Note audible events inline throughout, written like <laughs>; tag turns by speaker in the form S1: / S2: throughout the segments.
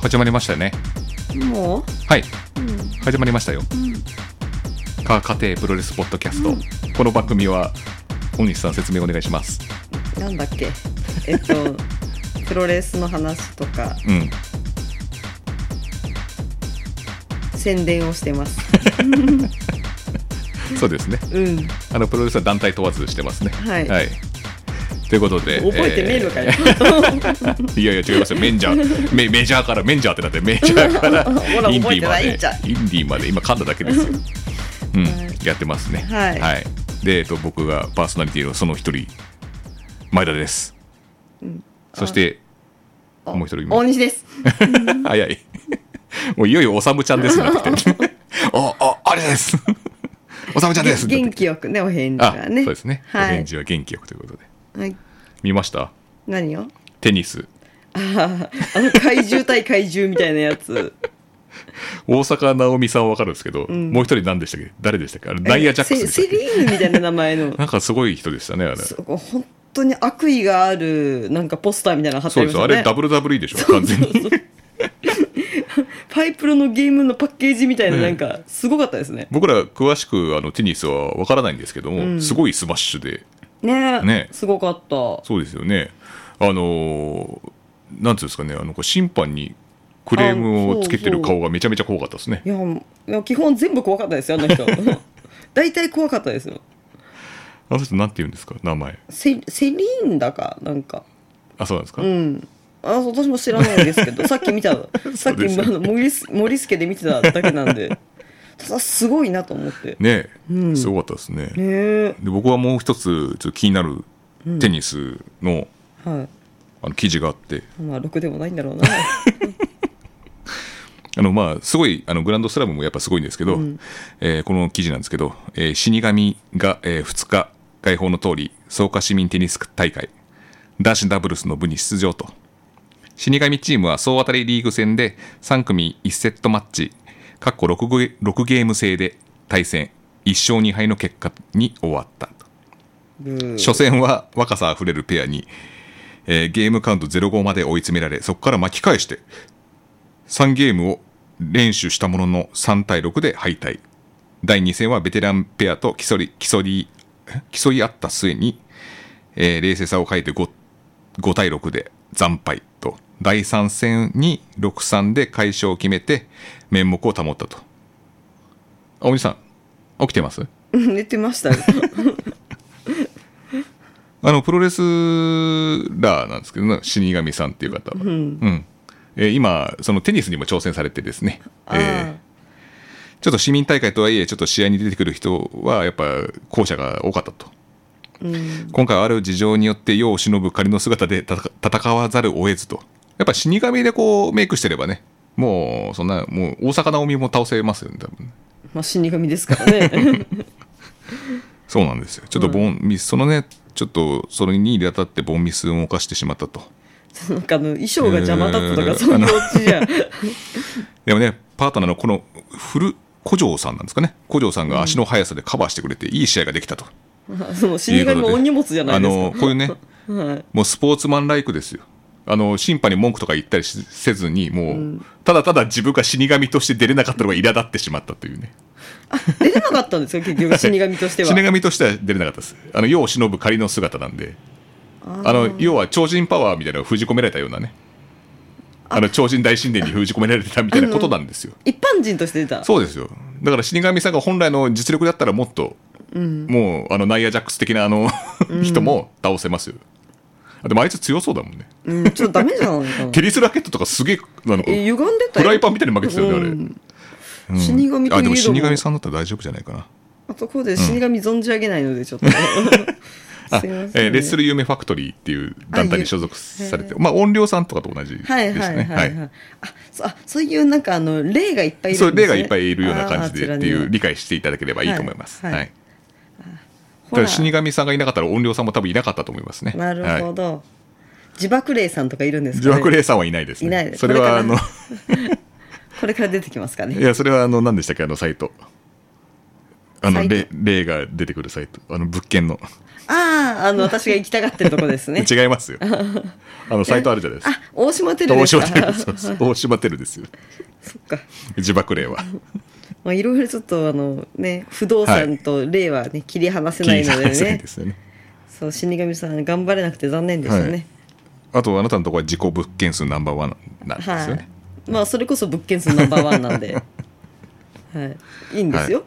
S1: 始まりましたよね
S2: もう
S1: はい
S2: うん
S1: 始まりましたよ
S2: うん
S1: か家庭プロレスポッドキャスト、
S2: うん
S1: この番組は大西さん説明お願いします
S2: なんだっけえっ
S1: <laughs>
S2: とプロレスの話とか
S1: うん
S2: 宣伝をしてます
S1: <laughs> そうですね
S2: うん
S1: あのプロレスは団体問わずしてますね
S2: はい
S1: はい、ということで
S2: 覚えてねえのかよ、
S1: えーいやいや違いますよメンジャーメメジャーからメンジャーってなってメジャーから
S2: ほら
S1: <laughs> インディーま
S2: 覚えてない
S1: で
S2: んじゃん
S1: インディーまで今噛んだだけです
S2: <laughs>
S1: よ、うん
S2: はい
S1: やってますね
S2: はい
S1: で、えっと、僕がパーソナリティのその一人前田です、
S2: うん
S1: そして
S2: あ
S1: もう一人います
S2: 大西です
S1: <laughs> 早い。もういよいよおさむちゃんですな
S2: <laughs>
S1: ってきて。 <laughs> あ、あ、あれです。おさむちゃんです。
S2: 元気よくねお返事
S1: あ、
S2: がね
S1: そうですね。お
S2: はい
S1: 返事は元気よくということで。
S2: はい
S1: 見ました
S2: 何を
S1: テニス。
S2: あーあの怪獣対怪獣みたいな
S1: <laughs>
S2: やつ
S1: 大阪なおみさんはわかるんですけど、
S2: ん
S1: もう一人何でしたっけ誰でしたっけあれ、ナイア・ジャックス
S2: セ
S1: でしたっ
S2: セ
S1: け
S2: リーヌみたいな名前
S1: <laughs>
S2: の
S1: なんかすごい人でしたね、あれ。
S2: すごい本当に悪意があるなんかポスターみたいなの貼っ
S1: そ
S2: てあ
S1: う
S2: り
S1: で。
S2: ますす
S1: あ
S2: よね
S1: れ、WWE でしょ、完全に。
S2: パイプロのゲームのパッケージみたいななんかすごかったですね
S1: 僕ら詳しくあのテニスはわからないんですけども、
S2: うん
S1: すごいスマッシュで、
S2: ね
S1: ね
S2: すごかった
S1: そうですよね。あのーなんていうんですかね、あのこう審判にクレームをつけてる顔がめちゃめちゃ怖かったですね。
S2: いやもういや基本全部怖かったですよあ
S1: <laughs>
S2: の人大体怖かったですよ
S1: あの人なんて言うんですか、名前。
S2: セセリーンだかなんか
S1: あ、そうなんですか。
S2: うんあ私も知らないですけ
S1: <laughs>
S2: どさっき見たさっ
S1: そうで
S2: き
S1: すよ
S2: あの森す森助で見てただけなんでただすごいなと思ってね
S1: ねえ、
S2: うん
S1: すごかったですね。
S2: え
S1: で僕はもう一つちょっと気になるテニスの,、
S2: は
S1: あの記事があって、
S2: いまあろくでもないんだろうな <laughs>
S1: あのまあすごいあのグランドスラムもやっぱすごいんですけど、えーこの記事なんですけど、えー死神が、え2日解放の通り草加市民テニス大会男子ダブルスの部に出場と死神チームは総当たりリーグ戦で3組1セットマッチかっこ 6, ゲ6ゲーム制で対戦1勝2敗の結果に終わった
S2: ブー
S1: 初戦は若さあふれるペアに、えーゲームカウント0-5まで追い詰められそこから巻き返して3ゲームを連取したものの3対6で敗退第2戦はベテランペアと競り競りえ競い合った末に、えー冷静さを欠いて 5, 5対6で惨敗と第3戦に6-3で解消を決めて面目を保ったとあおじさん起きてます
S2: 寝てましたよ
S1: あのプロレスラーなんですけどね、死神さんっていう方は、うんえー今、そのテニスにも挑戦されてですね、
S2: ああ、
S1: えーちょっと市民大会とはいえ、ちょっと試合に出てくる人は、やっぱ後者が多かったと、
S2: うん
S1: 今回はある事情によって、世を忍ぶ仮の姿で戦戦わざるを得ずと、やっぱ死神でこうメイクしてればね、もうそんな、もう大阪なおみも倒せますよね、多分ね
S2: まあ死神ですからね
S1: そうなんですよ、ちょっとボンミス、そのね、ちょっとそれに入れたって、ボンミスを犯してしまったと。
S2: なんかあの衣装が邪魔だったと
S1: えー
S2: かそういうオチじゃん
S1: でもね、パートナーのこの古古城さんなんですかね、古城さんが足の速さでカバーしてくれて、いい試合ができたと。
S2: その死神もお荷物じゃな
S1: あ
S2: いですか。
S1: のこういうね、
S2: はい、
S1: もうスポーツマンライクですよ。あの審判に文句とか言ったりしせずに、もう、ただただ自分が死神として出れなかったのが苛立ってしまったというね、
S2: 出れなかったんですよ、結局、死神として
S1: 死
S2: は。
S1: 神としては出れなかったです、あの世を忍ぶ仮の姿なんで、あの要は超人パワーみたいなのを封じ込められたようなね、あの超人大神殿に封じ込められてたみたいなことなんですよ。
S2: 一般人として出た。
S1: そうですよ。だから死神さんが本来の実力だったらもっと、もうあのナイアジャックス的なあの <laughs> 人も倒せますよ。あでもあいつ強そうだもんね。
S2: うん、ちょっとダメじゃな
S1: <laughs>
S2: いかな。
S1: テニスラケットとかすげえ、なの
S2: え
S1: フ
S2: 歪んでたよ
S1: ライパンみたいに負けてたよね、あれ。
S2: うん死神といえど
S1: あ、でも死
S2: も
S1: 神さんだったら大丈夫じゃないかな。
S2: あとここで死神存じ上げないので、ちょっ <laughs> と。
S1: あ、
S2: すいません、
S1: えーレッスル夢ファクトリーっていう団体に所属されて、
S2: あ
S1: まあ音量さんとかと同じでした
S2: はい
S1: ね。
S2: はいはい、はいあそあそういうなんかあの霊がいっぱいい
S1: そ
S2: る
S1: う、
S2: んで
S1: 例
S2: すね
S1: がいっぱいいるような感じでっていう
S2: あー
S1: 理解していただければいいと思います。
S2: は
S1: はいい。
S2: はい
S1: ただ
S2: あちらに
S1: 死
S2: は
S1: 神さんがいなかったら音量さんも多分いなかったと思いますね。
S2: ほらな
S1: はい
S2: るほど、自爆霊さんとかいるんですか、
S1: 自
S2: ね、
S1: 爆霊さんはいないですね。
S2: いないです
S1: それはあの <laughs>
S2: こ、これから出てきますか
S1: い
S2: ね
S1: や、それはあの、何でしたっけ、あのサイト。あ
S2: サ
S1: の
S2: イト
S1: 例例が出てくるサイトあの物件の
S2: あああ
S1: <laughs>
S2: の私が行きたがってるとこですね
S1: 違います
S2: <laughs>
S1: よあのサイトあるじゃないですか
S2: あ大島テル
S1: 大
S2: です
S1: 島
S2: か
S1: テルそうそう大島テルですよ
S2: <laughs> そっか
S1: 自爆例は
S2: まあいろいろちょっとあのね不動産と霊はね、切り離せないので
S1: 切り離せない
S2: ね
S1: ですよね
S2: そう死神さん頑張れなくて残念でしたね、
S1: あとあなたのところは自己物件数ナンバーワンなんです
S2: はい、
S1: よね、
S2: まあそれこそ物件数ナンバーワンなん <laughs> で、はい、いいんですよ、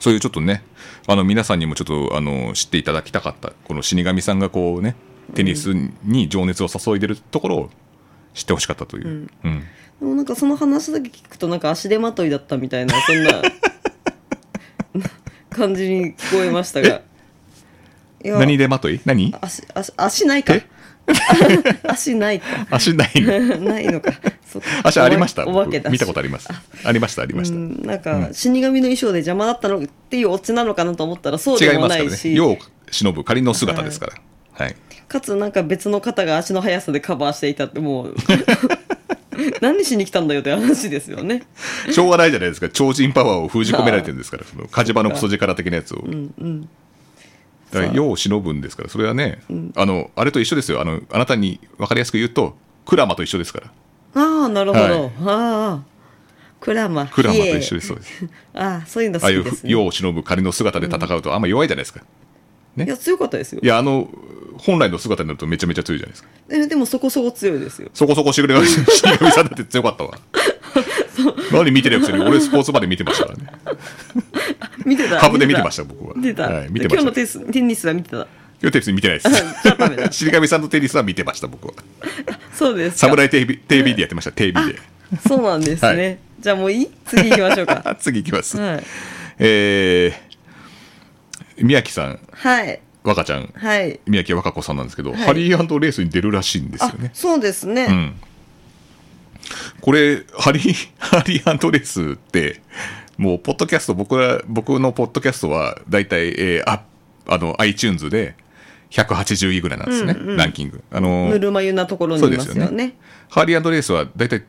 S1: そういうちょっとねあの皆さんにもちょっとあの知っていただきたかったこの死神さんがこうねテニスに情熱を注いでるところを知ってほしかったという、うん
S2: でもなんかその話だけ聞くとなんか足手まといだったみたいなそん <laughs> な感じに聞こえましたがいや
S1: 何でまとい何
S2: 足足足ないか
S1: え
S2: <laughs> 足ないか
S1: 足ない
S2: <laughs> ないのかそっか
S1: 足ありました
S2: お化けだ
S1: 僕見たことありますありましたありました、
S2: うんなんか死神の衣装で邪魔だったのっていうオチなのかなと思ったらそう
S1: 違い
S2: でも
S1: ます
S2: な
S1: か
S2: い
S1: らね
S2: し
S1: 世を忍ぶ仮の姿ですからはい、
S2: かつなんか別の方が足の速さでカバーしていたっ
S1: <laughs>
S2: てもう何しに来たんだよって話ですよね
S1: <laughs> しょうがないじゃないですか超人パワーを封じ込められてるんですからその火事場のクソ力的なやつを、だから世を忍ぶんですからそれはね、あのあれと一緒ですよあのあなたに分かりやすく言うとクラマと一緒ですから
S2: ああなるほど、
S1: はい
S2: ああクラマ
S1: クラマと一緒
S2: ひ
S1: ですそうです、
S2: えああそういうの
S1: あ
S2: 好
S1: あ
S2: き
S1: いう
S2: ですね
S1: 世を忍ぶ仮の姿で戦うとあんま弱いじゃないですか、ね
S2: いや強かったですよ
S1: いやあの本来の姿になるとめちゃめちゃ強いじゃないですか
S2: えでもそこそこ強いですよ
S1: そこそこしてくれる
S2: <laughs>
S1: 死神さんだって強かったわ何見てるやつに俺スポーツバで見てましたから
S2: <laughs>
S1: ね
S2: 見てた
S1: ハブで見てました僕は
S2: 見てた、
S1: はい、見てま
S2: 今日
S1: し
S2: の
S1: た
S2: テステニスは見てた
S1: 今日テニス見てないで
S2: じゃあダメだ
S1: す <laughs> 死神さんとテニスは見てました僕は
S2: そうですか
S1: 侍テレビテレビでやってましたテレビで
S2: そうなんですね、
S1: はい
S2: じゃあもういい次行きましょ
S1: <laughs>
S2: うか
S1: 次いきます、
S2: はい
S1: えー、宮城さん
S2: はい
S1: 若ちゃん
S2: はい
S1: 宮城若子さんなんですけど、
S2: はい
S1: ハリーレースに出るらしいんですよ
S2: あ
S1: ね
S2: そうですね、
S1: うんこれハリー <laughs> ハリーレースってもうポッドキャスト僕ら僕のポッドキャストは大体、えー、ああの iTunes で180位ぐらいなんですね、
S2: うんうん
S1: ランキングあのー
S2: ぬるま湯なところにいますよね
S1: そうですよハーリーレースは大体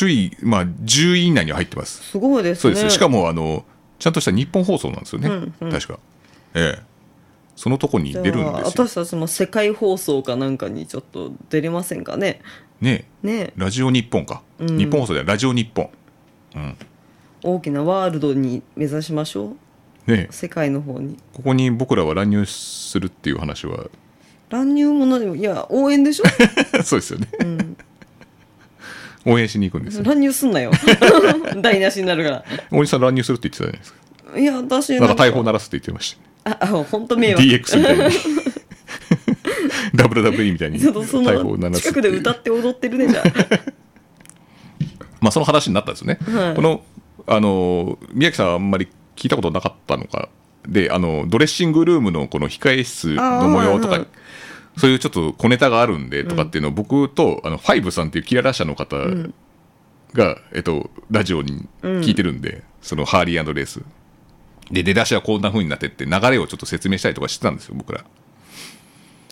S1: 首位、まあ、10位以内には入ってます。
S2: すごいです
S1: そう
S2: ね
S1: です、しかもあの、ちゃんとした日本放送なんですよね、
S2: うんうん
S1: 確か。ええ。そのとこに出るん
S2: じゃあ
S1: ですよ。
S2: 私たちも世界放送かなんかにちょっと出れませんかね
S1: ね
S2: ね
S1: ラジオ日本か、
S2: うん
S1: 日本放送ではラジオ日本。
S2: 大きなワールドに目指しましょう
S1: ね
S2: 世界の方に
S1: ここに僕らは乱入するっていう話は、 <laughs>
S2: 乱入も何もいや応援でしょ、 <laughs>
S1: そうですよね。
S2: うん、
S1: 応援しに行くんですよ。
S2: 乱入すんなよ <laughs> 台無しになるか
S1: 大西さん乱入するって言ってたじゃないですか。
S2: らいや私
S1: なんか逮捕鳴らすって言ってました、ね。
S2: ああ本当迷惑
S1: DX みたいに。WWE みたいに
S2: ちょっとそ
S1: 逮捕鳴
S2: の
S1: らす
S2: 近
S1: って
S2: く
S1: い
S2: で
S1: う
S2: 歌って踊ってるねじゃ
S1: まあ、その話になったんですよね、
S2: はい
S1: このあの宮城さんはあんまり聞いたことなかったのかであのドレッシングルームのこの控え室の模様と
S2: あーは
S1: か
S2: い
S1: そういうちょっと小ネタがあるんでとかっていうのを僕とあのファイブさんっていうキララ社の方が、
S2: ん
S1: えっと、ラジオに聞いてるんで、そのハーリーレースで出だしはこんな風になってって流れをちょっと説明したりとかしてたんですよ僕ら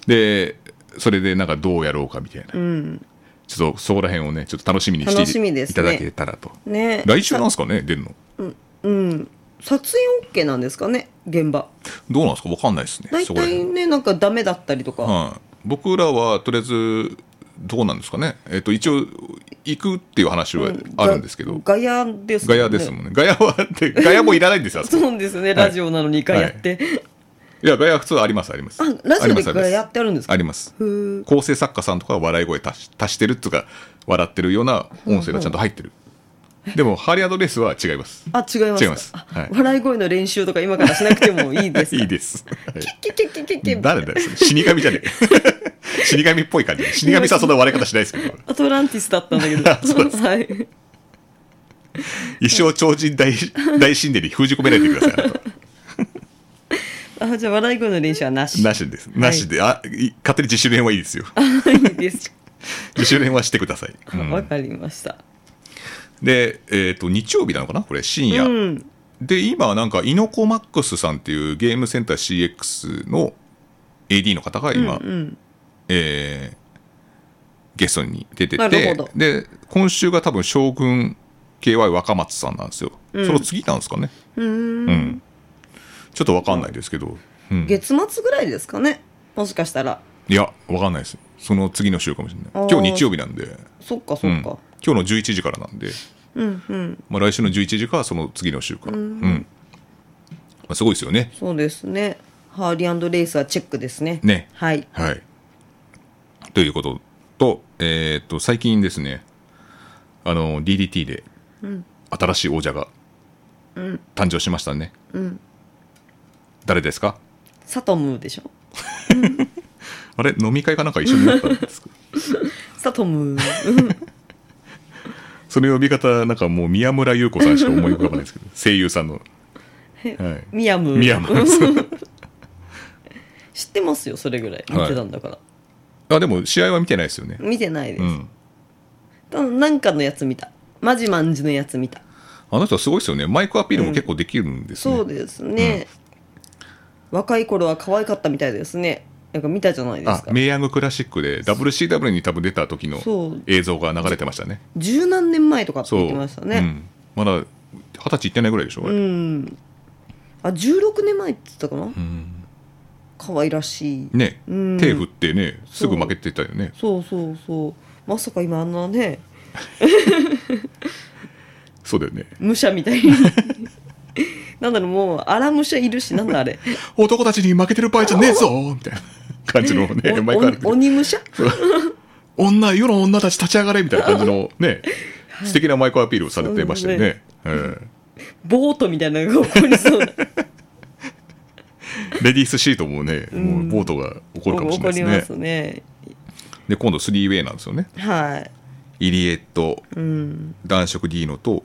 S1: でそれでなんかどうやろうかみたいな、
S2: あうん
S1: ちょっとそこら辺をねちょっと楽しみにして
S2: 楽しみで
S1: い
S2: すね
S1: ただけたらと。
S2: ね
S1: 来週なんですかね出るの
S2: うん撮影 OK なんですかね現場
S1: どうなんですかわかんないですね
S2: 大
S1: そこら
S2: 体
S1: 辺
S2: ねなんかダメだったりとか、
S1: はい、僕らはとりあえずどうなんですかねえっ、と一応行くっていう話はあるんですけど、
S2: ガヤです
S1: ガヤですもんねガヤはでガヤもいらないんですよあそこ
S2: そうですね、ラジオなのにガヤって、
S1: いやガヤは普通ありますあります
S2: あラジオでガヤ
S1: や
S2: ってあるんですか
S1: あります
S2: ふー
S1: 構成作家さんとかは笑い声足し足してるっていうか笑ってるような音声がちゃんと入ってる、でもハリードレースは違います
S2: あ違いますか
S1: 違います
S2: あ
S1: はい
S2: 笑い声の練習とか今からしなくてもいいですか
S1: いいです、はい
S2: キュキュキュキュキュ
S1: 誰だよそれ死神じゃ
S2: <laughs>
S1: ねえ死神っぽい感じ死神さんそんな笑い方しないですけど
S2: アトランティスだったんだけど
S1: <laughs> あそうです
S2: はい、
S1: 一生超人大大神殿に封じ込められてくださいあなた
S2: あじゃあ笑い声の練習はなし
S1: なしですなしで、あい勝手に自主練はいいですよ
S2: いいです
S1: 自主練はしてください、うん
S2: わ、かりました
S1: で、えっと日曜日なのかなこれ深夜、
S2: うん
S1: で今はなんかイノコマックスさんっていうゲームセンター CX の AD の方が今、
S2: うん
S1: えーゲストに出て
S2: なる
S1: て
S2: ほど
S1: で今週が多分将軍 KY 若松さんなんですよ、
S2: うん
S1: その次なんですかね
S2: うんうーん
S1: うんちょっとわかんないですけど、うん、
S2: 月末ぐらいですかねもしかしたら
S1: いやわかんないですその次の週かもしれ
S2: あ
S1: ない
S2: ー
S1: 今日日曜日なんで
S2: そっか
S1: う
S2: そ
S1: ん
S2: っ
S1: 今
S2: か、
S1: 日の11時からなんで、
S2: うん、うん
S1: まあ、来週の11時かその次の週かうん、まあ、すごいですよね
S2: そうですねハーリーレースはチェックですね
S1: ね
S2: はい
S1: はい。ということと、えーっと、最近ですね、あの、DDT で、新しい王者が、誕生しましたね。誰ですか
S2: サトムーでしょ
S1: あれ飲み会かなんか一緒になったんです
S2: <laughs>
S1: か
S2: サトムー
S1: その呼び方、なんかもう宮村優子さんしか思い浮かばないですけど、声優さんの。はい。
S2: ミヤムー
S1: 宮村さ
S2: <laughs>
S1: ん。
S2: 知ってますよそれぐらい見てたんだから、
S1: あ、でも試合は見てないですよね。
S2: 見てないです、
S1: うん。
S2: ただなんかのやつ見たマジマンジのやつ見た
S1: あの人はすごいですよね。マイクアピールも結構できるんですね。
S2: そうですね、若い頃は可愛かったみたいですねなんか見たじゃないです
S1: あ
S2: か
S1: メイヤングクラシックで WCW に多分出た時の
S2: そう
S1: 映像が流れてましたね。
S2: 十何年前とかって
S1: そう
S2: 言ってましたね
S1: うん、まだ二十歳いってないぐらいでしょ、あれ
S2: あ16年前って言ったかな、可愛らしい、
S1: ね、
S2: うん
S1: 手振ってねす
S2: そう
S1: ぐ負けてたよね
S2: そうそうそうまさか今あんなね
S1: そうだよね
S2: 武者みたいに <laughs> なんだろうもう荒武者いるしなんだ
S1: <laughs>
S2: あれ
S1: 男たちに負けてる場合じゃねえぞみたいな感じのね毎回ある
S2: おお鬼武者
S1: 女世の女たち立ち上がれみたいな感じのね、素敵なマイクアピールをされてましたよね、うん
S2: ボートみたいなのが起こ
S1: <laughs>
S2: りそうな
S1: レディースシートもね、もうボートが起こるかもし
S2: 起
S1: れな
S2: こ
S1: いです
S2: りま
S1: ね
S2: すね
S1: で今度スリーウェイなんですよね
S2: はい
S1: 入江と
S2: うん
S1: 男色ディーノと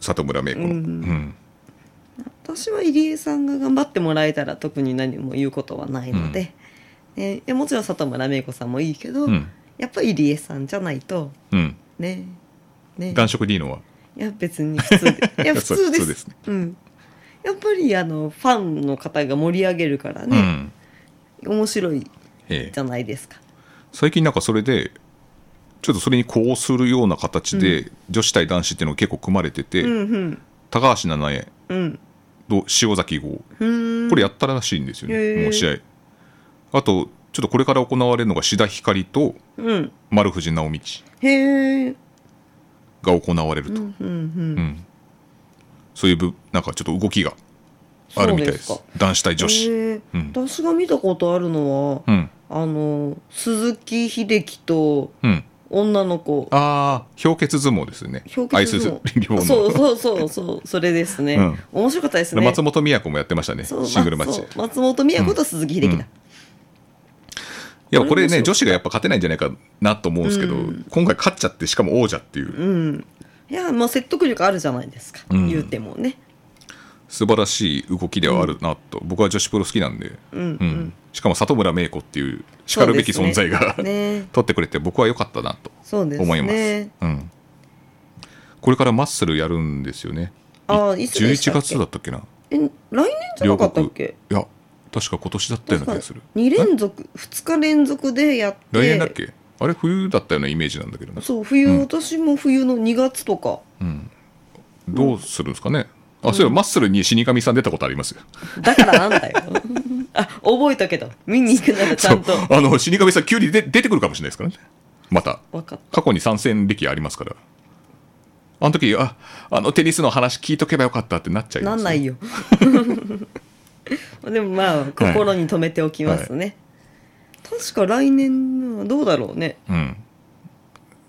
S1: 里村芽衣子の、うん
S2: 私は入江さんが頑張ってもらえたら特に何も言うことはないので、ねいやもちろん里村芽衣子さんもいいけど、
S1: うん
S2: やっぱり入江さんじゃないと
S1: うん、
S2: ねね
S1: 男色ディーノはい
S2: や別に普
S1: <laughs>
S2: 通でいや普通です
S1: そう普通ですね
S2: うん、やっぱりあのファンの方が盛り上げるからね、
S1: ん
S2: 面白い
S1: ええ
S2: じゃないですか
S1: 最近なんかそれでちょっとそれに呼応するような形で、女子対男子っていうのが結構組まれてて、
S2: うんうん
S1: 高橋七重
S2: うん
S1: と塩崎号
S2: うーん
S1: これやったらしいんですよね、
S2: へえ
S1: もう試合あとちょっとこれから行われるのが志田ひかりと
S2: うん
S1: 丸藤直道
S2: へえ
S1: が行われると、
S2: うんうん
S1: うんそういうぶなんかちょっと動きがあるみたいです
S2: そうで
S1: 男子対女子、
S2: へえ
S1: うん
S2: 私が見たことあるのは、
S1: うん
S2: あの鈴木秀樹と
S1: うん
S2: 女の子
S1: ああ氷結相撲ですよね
S2: 氷
S1: アイ
S2: 結
S1: ス
S2: 相
S1: 相
S2: 撲
S1: 撲の
S2: そうそうそうそうそれですね、
S1: うん
S2: 面白かったですね
S1: 松本都もやってましたね
S2: そう
S1: シングルマッチ
S2: まそう松本美也子と鈴木秀樹だ、
S1: いやこれ
S2: これ
S1: ね
S2: 面白かった
S1: 女子がやっぱ勝てないんじゃないかなと思うんですけど、
S2: うん
S1: 今回勝っちゃってしかも王者っていう、
S2: うん、いやもう説得力あるじゃないですか、
S1: うん
S2: 言うてもね
S1: 素晴らしい動きではあるなと、僕は女子プロ好きなんで、
S2: うん
S1: う
S2: うんん
S1: しかも里村芽衣子っていうしかるべき存在が、 <laughs>
S2: そうですねね
S1: 取ってくれて僕は良かったなと
S2: そうですね
S1: 思いますうん、これからマッスルやるんですよね
S2: ああいつでした
S1: 11
S2: っけ
S1: 月だったっけな
S2: え来年じゃなかったっけ
S1: いや確か今年だったような気がする
S2: 2
S1: え
S2: 連続2日連続でやって
S1: 来年だっけあれ冬だったようなイメージなんだけどね
S2: そう冬、私も冬の2月とか
S1: どうするんですかね、あそういえばマッスルに死神さん出たことありますよ
S2: だからなんだよ <laughs> あ覚えたけど見に行くならちゃんと
S1: そう <laughs> あの死神さん急にで出てくるかもしれないですからねまた
S2: 分かっ
S1: 過去に参戦歴ありますからあの時ああのテニスの話聞いとけばよかったってなっちゃ
S2: た
S1: います
S2: な
S1: ね
S2: んないよ <laughs> でもまあ心に留めておきますね、確か来年はどうだろうね
S1: うん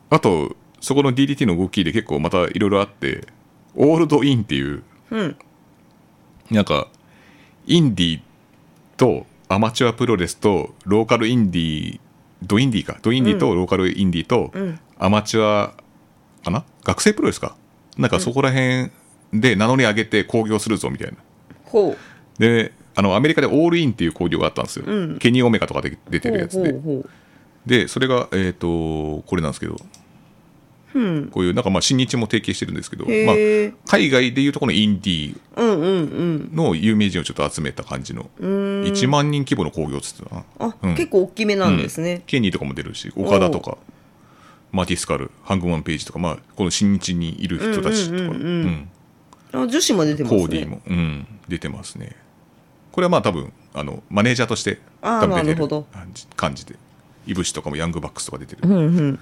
S1: あとそこの DDT の動きで結構またいろいろあってオールドインっていう
S2: うん
S1: なんかインディーとアマチュアプロレスとローカルインディードインディーかドインディーとローカルインディーと
S2: ん
S1: アマチュアかな学生プロレスかなんかそこら辺で名乗り上げて興行するぞみたいな
S2: ほう
S1: であのアメリカでオールインっていう興行があったんですよ、
S2: うん
S1: ケニー・オメガとかで出てるやつ
S2: ほう
S1: で
S2: ほうほう
S1: でそれがえっ、とこれなんですけど
S2: うん
S1: こういうなんかまあ新日も提携してるんですけど、まあ、
S2: へえ、
S1: 海外でいうとこのインディー
S2: うんうんうん
S1: の有名人をちょっと集めた感じの
S2: うーん
S1: 1万人規模の興行っつってたな
S2: あ、
S1: うん
S2: 結構大きめなんですね、
S1: ケニーとかも出るし岡田とかマーティスカルハングマン・ページとか、まあ、この新日にいる人たちとか、
S2: うんうんうんうん
S1: うん
S2: あ女子も出てます
S1: コ
S2: ね
S1: ーディも、うん、出てますね。これはまあ多分あのマネージャーとして
S2: あー
S1: 多分出
S2: な
S1: て
S2: る
S1: る
S2: ほど
S1: 感じ感じでイブシとかもヤングバックスとか出てる、
S2: うんうん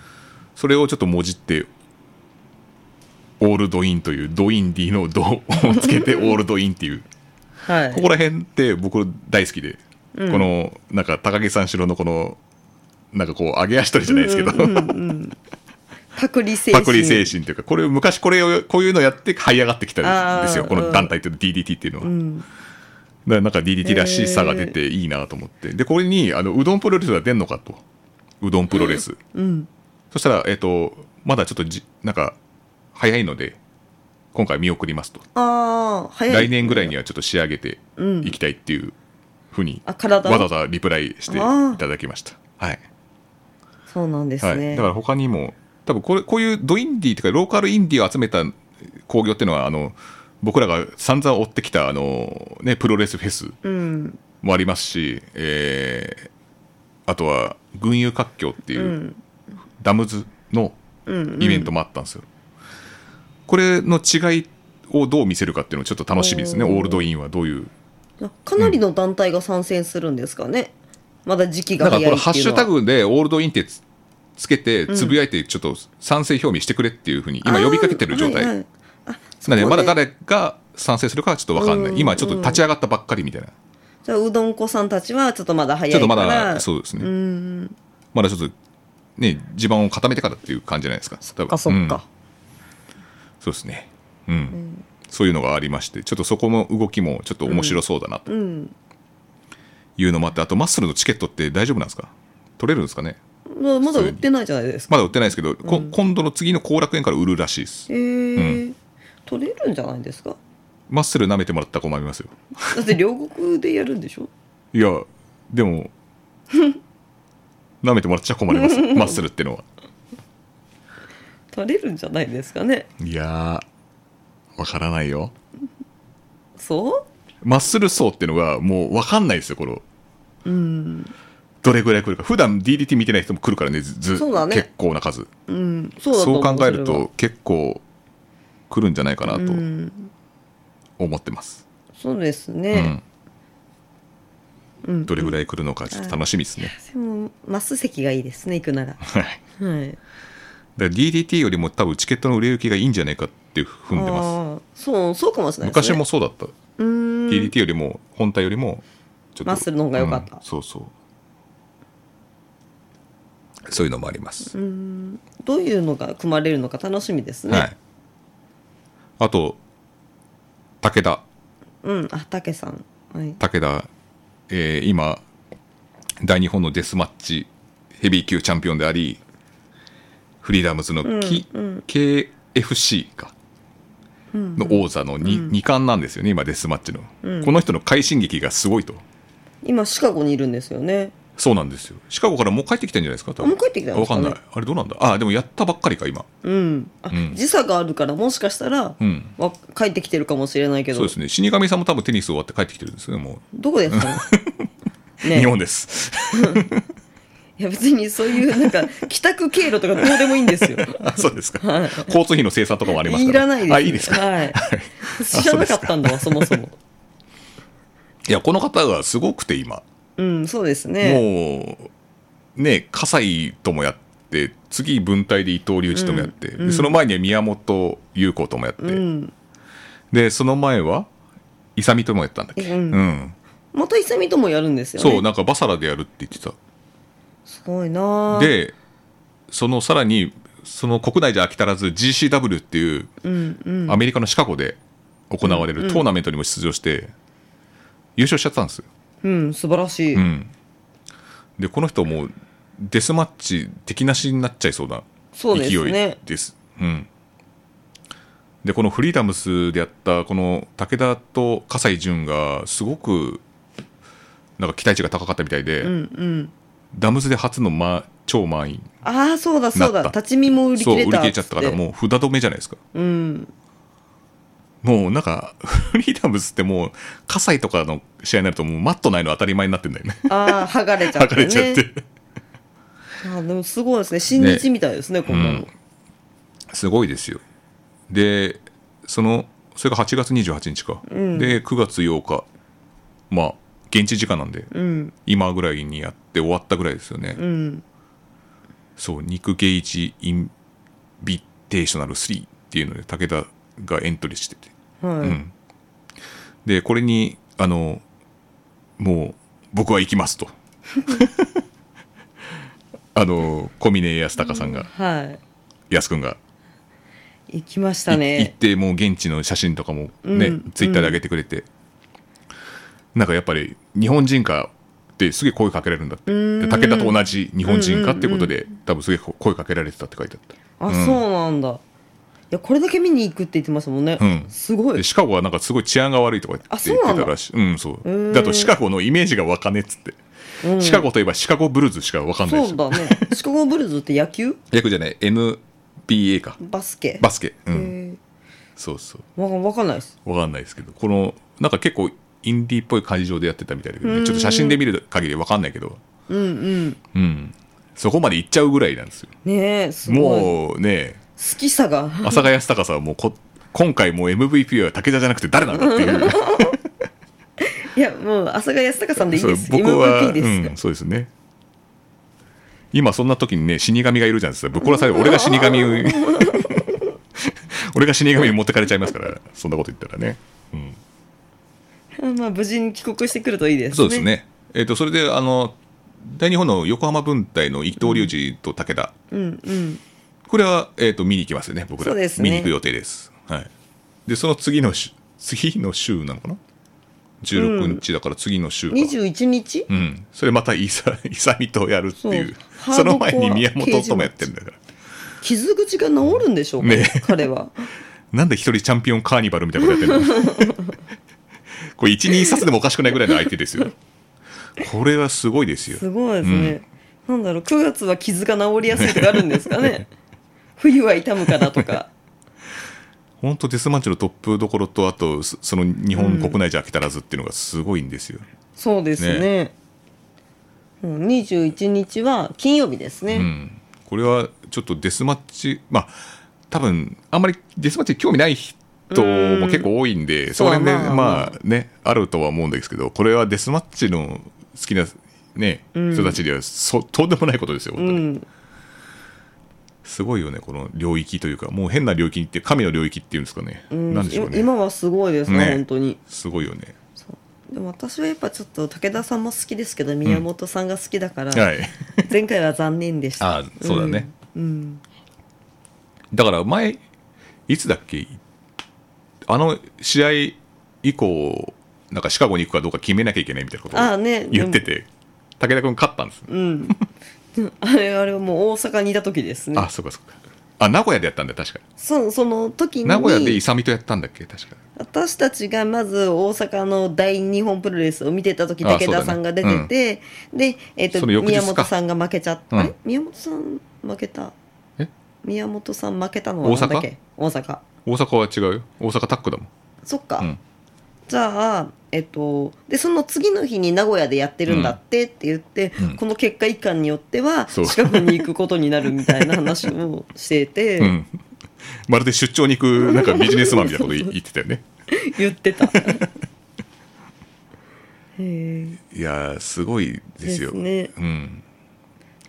S1: それをちょっともじってオールドインというドインディのドをつ
S2: <laughs>
S1: けてオールドインっていう
S2: はい
S1: ここら辺って僕大好きで、
S2: うん
S1: このなんか高木三四郎のこのなんかこう上げ足取りじゃないですけど、
S2: うんうんうんパクリ精
S1: <laughs>
S2: 神
S1: パクリ精神というかこれを昔これをこういうのやって這い上がってきたんですよ
S2: あー
S1: この団体という DDT っていうのは。
S2: うん
S1: だからなんか DDT らしい差が出ていいなと思って、でこれにあのうどんプロレスが出んのかとうどんプロレス、
S2: うん
S1: そしたら、えっとまだちょっとじなんか早いので今回見送りますと、
S2: ああ早い
S1: 来年ぐらいにはちょっと仕上げていきたいっていうふうに、
S2: あ体を
S1: わざわざリプライしていただきましたはい、
S2: そうなんです
S1: はい、
S2: ね、
S1: だから他にも多分これこういうドインディーとかローカルインディーを集めた興行っていうのはあの僕らが散々追ってきたあの、ね、プロレスフェス
S2: うん
S1: もありますし、えーあとは群雄割拠っていううんダムズの
S2: うんうん
S1: イベントもあったんですよ、これの違いをどう見せるかっていうのをちょっと楽しみですね
S2: お
S1: オ
S2: ー
S1: ールドインはどういう
S2: かなりの団体が参戦するんですかね、まだ時期
S1: だ
S2: が
S1: から
S2: 早い
S1: これ
S2: っていうのは
S1: ハッシュタグでオールドインってつつけてつぶやいてちょっと賛成表明してくれっていうふうに今呼びかけてる状態、
S2: あーはいはいあそ
S1: な
S2: こ
S1: のでま
S2: ね
S1: だ誰が賛成するかはちょっと分かんない、
S2: うん
S1: 今ちょっと立ち上がったばっかりみたいな、
S2: じゃあうどんこさんたちはちょっとまだ早い
S1: ちょ
S2: か
S1: っと
S2: ら
S1: まだそうですね、
S2: うん
S1: まだちょっとね地盤を固めてからっていう感じじゃないですかそ
S2: そっかそっか、
S1: そうですね。うん。そういうのがありまして、ちょっとそこの動きもちょっと面白そうだなと
S2: うん
S1: いうのもあって、あとマッスルのチケットって大丈夫なんですか取れるんですかね
S2: まあまだ売ってないじゃないですか
S1: まだ売ってないですけど、こ今度の次の後楽園から売るらしいです。
S2: へえ取れるんじゃないですか
S1: マッスル舐めてもらったら困りますよ。
S2: だって両国でやるんでしょ
S1: いや、でも、 <laughs> 舐めてもらっちゃ困り
S2: <laughs>
S1: ます。マッスルってのは。
S2: 取れるんじゃないですかね
S1: いやー、わからないよ。
S2: そ
S1: マッスル層ってのがもうわかんないですよ、この。
S2: ううん
S1: どれぐらい来るか。普段 DDT 見てない人も来るからね、ず、ず
S2: そうだね
S1: 結構な数。
S2: うんそうだと
S1: そ
S2: 思
S1: う
S2: う
S1: 考える
S2: それは
S1: と結構来るんじゃないかなと
S2: うん
S1: 思ってます、
S2: そうです
S1: うん
S2: ね、うん
S1: どれぐらい来るのかちょっと楽しみですね、
S2: でもマス席がいいですね行くなら
S1: はい、
S2: はい
S1: だから DDT よりも多分チケットの売れ行きがいいんじゃないかって踏んでます
S2: あーそうそうかもしれないです
S1: 昔
S2: ね
S1: もそうだった、
S2: うーん
S1: DDT よりも本体よりもちょっと
S2: マッスルの方が良かった
S1: うんそうそうそういうのもあります、
S2: どういうのが組まれるのか楽しみですね、
S1: はいあと武田
S2: うんあたけさんはい
S1: 武田、えー今大日本のデスマッチヘビー級チャンピオンでありフリーダムズの、き
S2: うん
S1: KFC かの王座の 2,、二冠なんですよね今デスマッチの、この人の快進撃がすごいと
S2: 今シカゴにいるんですよね
S1: そうなんですよシカゴからもう帰ってきたんじゃないですか多分
S2: あもう帰ってきたんですかね
S1: わかんないあれどうなんだあでもやったばっかりか今
S2: うんあ、
S1: ん
S2: 時差があるからもしかしたら、
S1: うん
S2: わ帰ってきてるかもしれないけ
S1: そう
S2: ど
S1: ですね死神さんも多分テニス終わって帰ってきてるんですよねも
S2: ど
S1: <laughs>
S2: こですか
S1: う、
S2: ね
S1: 日本
S2: <laughs>
S1: です
S2: いや別にそういうなんか
S1: <laughs>
S2: 帰宅経路とかどうでもいいんですよ
S1: あそうですか、
S2: はい
S1: 交通費の精算とかもあります
S2: い
S1: から
S2: らないです
S1: あいいですか <laughs>
S2: はい、知らなかったんだわそもそも
S1: いやこの方がすごくて今
S2: うんそうですね
S1: もう、ね、葛西ともやって、次、文体で伊藤隆一ともやって、
S2: うんうん
S1: でその前には宮本優子ともやって、
S2: うん
S1: で、その前は、イサミともやったんだっけ。
S2: うん
S1: うん
S2: またイサミともやるんですよね
S1: そう、なんかバサラでやるって言ってた。
S2: すごいなあ、
S1: で、そのさらに、その国内じゃ飽き足らず GCW っていう
S2: うんうん、
S1: アメリカのシカゴで行われるトーナメントにも出場して優勝しちゃったんですよ。
S2: うん、素晴らしい、
S1: うん、でこの人もうデスマッチ的なしになっちゃいそうな
S2: そうです
S1: 勢い
S2: ね
S1: です。うん、でこのフリーダムスでやったこの武田と葛西潤がすごくなんか期待値が高かったみたいで、
S2: うんうん
S1: ダムズで初の、ま、超満員
S2: ああそうだそう
S1: な
S2: だ
S1: った
S2: 立ち見も売り
S1: そう
S2: 切
S1: 売
S2: れ
S1: り
S2: た
S1: 切れちゃったからもう札止めじゃないですか
S2: う、うん、
S1: もうなんか <laughs> フリーダムスってもう葛西とかの試合になるともうマットないの当たり前になってんだよね
S2: ああ剥がれちゃっ
S1: 剥が
S2: て
S1: <laughs>
S2: ね
S1: れちゃって
S2: あでもすごいですね新日みたいですねこんなの、
S1: すごいですよ。で、そのそれが8月28日か、
S2: うん
S1: で9月8日まあ現地時間なんで
S2: うん
S1: 今ぐらいにやって終わったぐらいですよね、
S2: うん
S1: そう肉ゲージインビテーショナル3っていうので武田がエントリーしてて、
S2: は
S1: う
S2: い、
S1: んでこれにあのもう僕は行きます
S2: <laughs>
S1: とあの小峰康隆さんが、
S2: は
S1: 康くんが
S2: い行きました
S1: い行っ
S2: ね
S1: てもう現地の写真とかもね、
S2: うん
S1: ツイッターで上げてくれて、なんかやっぱり日本人かってすげえ声かけられるんだって
S2: うん
S1: で武田と同じ日本人かってことで、多分すげえ声かけられてたって書いてあった
S2: あ、そうなんだいやこれだけ見に行くって言ってましたもんね、
S1: うん
S2: すご
S1: で
S2: い
S1: シカゴはなんかすごい治安が悪いとか言
S2: あ
S1: って
S2: そう
S1: 言
S2: な
S1: っ
S2: んだ
S1: てたらしいうんそう
S2: ーん
S1: だとシカゴのイメージがわかねえっつって、
S2: うん
S1: シカゴといえばシカゴブルーズしかわかんない
S2: そ
S1: し
S2: う
S1: <laughs>
S2: だねシカゴブルーズって野球
S1: 役じゃない NBA か
S2: バスケ
S1: バスケう
S2: へ
S1: ん
S2: ー
S1: そうそう
S2: わかわかんないです
S1: わかんないですけどこのなんか結構インディーっぽい会場でやってたみたいだけど、
S2: う
S1: ね、
S2: ん
S1: ちょっと写真で見る限りわかんないけど
S2: うんうん
S1: うんそこまで行っちゃうぐらいなんですよ
S2: ねえすごい好
S1: もうね
S2: き
S1: <laughs>
S2: さが
S1: 阿佐ヶ谷隆さんはもうこ今回もう MVP は武田じゃなくて誰なんだっていう
S2: いやもう阿佐ヶ谷康隆さんでいい
S1: そう
S2: です
S1: 僕は
S2: MVP です、
S1: うん、そうですね今そんな時にね死神がいるじゃないですかぶっ殺される俺が死神を
S2: <laughs>
S1: 俺が死神に持ってかれちゃいますからそんなこと言ったらね、うん、
S2: まあ無事に帰国してくるといいですね
S1: そうですねえっ、とそれであの大日本の横浜分隊の伊藤隆二と武田、
S2: うんうん
S1: これは、えっと見に行きますよね僕ら
S2: そうですね
S1: 見に行く予定です、はい、でその次の週次の週なのかな16日だから次の週か、
S2: 21日
S1: うん、それまたイサ <laughs> イサミとやるっていう
S2: そ
S1: そうの前に宮
S2: ハードコア
S1: 本ともやってんだから
S2: 傷口が治るんでしょうか、
S1: ね
S2: 彼
S1: <laughs>
S2: は
S1: なんで一人チャンピオンカーニバルみたいなことやってんの
S2: <laughs>
S1: これ12冊でもおかしくないぐらいの相手ですよこれはすごいですよ
S2: すごいですね、なんだろう9月は傷が治りやすいとかあるんですかね <laughs> 冬は痛むからとか
S1: 本当デスマッチのトップどころとあとそその日本国内じゃ飽き足らずっていうのがすごいんですよ、
S2: そうですねうん、21日は金曜日です
S1: う
S2: ね、
S1: ん、これはちょっとデスマッチまあ多分あんまりデスマッチに興味ない人も結構多いんでそこら辺で
S2: そうまあ
S1: まあねあるとは思うんですけどこれはデスマッチの好きな、ね、人たちではそとんでもないことですよ、本当
S2: う
S1: に
S2: ん、
S1: すごいよねこの領域というかもう変な領域って神の領域っていうんですかね、
S2: うん
S1: なんでしょう
S2: い
S1: ね
S2: 今はすごいですね
S1: ね
S2: 本当に
S1: すごいよね
S2: そうでも私はやっぱちょっと武田さんも好きですけど宮本さんが好きだから、
S1: はい
S2: 前回は残念でした
S1: あーそうだね、
S2: うん、
S1: だから前いつだっけあの試合以降なんかシカゴに行くかどうか決めなきゃいけないみたいなこと
S2: ああね
S1: を言ってて、武田君勝ったんです、
S2: うんうん、あれあれはもう大阪にいた時ですね
S1: あそうかそうかあ名古屋でやったんだよ確か
S2: そその時に
S1: 名古屋でイサミとやったんだっけ確か
S2: 私たちがまず大阪の大日本プロレスを見てた時
S1: あ
S2: 武田さんが出てて、で、えっと
S1: その翌日
S2: 宮
S1: か
S2: 本さんが負けちゃった、
S1: うん
S2: あれ宮本さん負けた
S1: え
S2: 宮本さん負けたのはなんだっけ大阪
S1: 大阪は違うよ大阪タックだもん
S2: そっか、
S1: うん
S2: じゃあえっとでその次の日に名古屋でやってるんだってって言って、
S1: うん
S2: この結果一貫によっては
S1: そう
S2: 近くに行くことになるみたいな話をしてて、
S1: うん <laughs> まるで出張に行くなんかビジネスマンみたいなこと言言ってたよね
S2: 言ってたへえ
S1: いやーすごいですよ
S2: ですね
S1: うん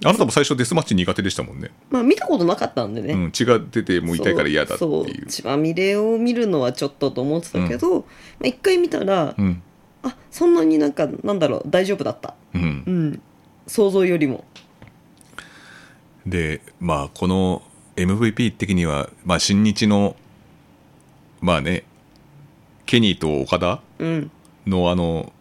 S1: あなたも最初デスマッチ苦手でしたもんね、
S2: まあ見たことなかったんでね、
S1: うん、血が出てもう痛いから嫌だって
S2: そ
S1: いう
S2: 血まみれを見るのはちょっとと思ってたけど、まあ、一回見たら、
S1: うん
S2: あそんなになんかなんだろう大丈夫だった
S1: うん
S2: うん想像よりも
S1: でまあこの MVP 的には、まあ、新日のまあねケニーと岡田
S2: うん
S1: のあの